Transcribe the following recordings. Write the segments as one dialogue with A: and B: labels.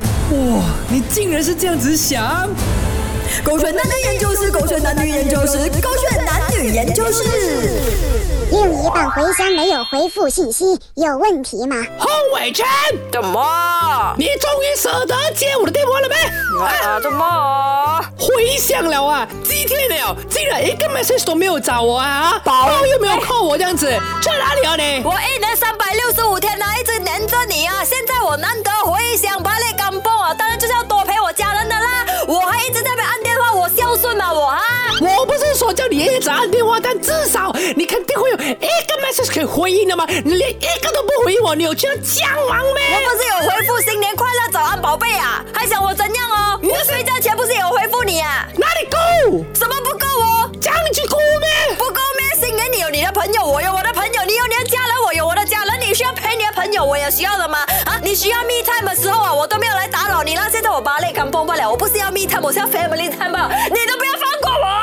A: 哇，你竟然是这样子想！
B: 狗选男女研究室，狗选男女研究室，狗选男女研究室。
C: 六一宝回山没有回复信息，有问题吗？
D: 洪伟全，
E: 怎么？
D: 你终于舍得接我的电话了没？
E: 啊？怎么？
D: 回想了啊，几天了，竟然一个 message 都没有找我啊！
E: 宝
D: 宝又没有 call 我这样子，去哪里啊你？
E: 我一年三百六十五天呢、一直黏着你啊！现在我难得回乡巴黎港蹦啊，当然就是要多陪我家人的啦。我还一直在那边按电话，我孝顺嘛我啊！
D: 我不是说叫你一直按电话，但至少你肯定会有一个 message 可以回应的嘛！你连一个都不回应我，你有这样僵忙
E: 我
D: 没？
E: 不是有回复新年快乐早安宝贝啊，还想我怎样哦？我睡觉前不是有回复你啊？
D: 哪里够？
E: 什么不够哦？
D: 这样就够咩？
E: 不够咩？新年你有你的朋友，我有我的朋友，你有你的家人，我有我的家人。你需要陪你的朋友，我也需要的吗？啊，你需要 me time 的时候啊，我都没有来打扰你啦。现在我把累感崩不了，我不是要 me time，我是要 family time 啊你都不要放过我啊。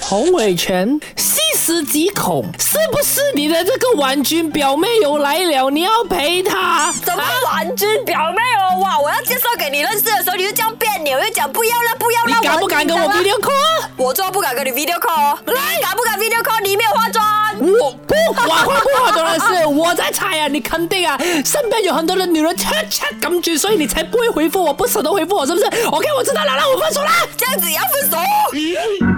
D: 洪伟全，细思极恐，是不是你的这个婉君表妹有来了？你要陪她？
E: 怎么婉君表妹哦？哇，我要介绍给你认识的时候，你就这样别扭，又讲不要了，不要了。
D: 你敢不敢跟我
E: 完蛋了
D: video call？
E: 啊
D: 啊
E: 我做不敢跟你 video call，、哦、你敢不敢 video call？你没有化妆。
D: 我不，我画不画当然是我在猜啊，你肯定啊，身边有很多的女人恰恰感觉，所以你才不会回复我，不舍得回复我，是不是？OK，我知道了，那我分手啦。
E: 这样子也要分手？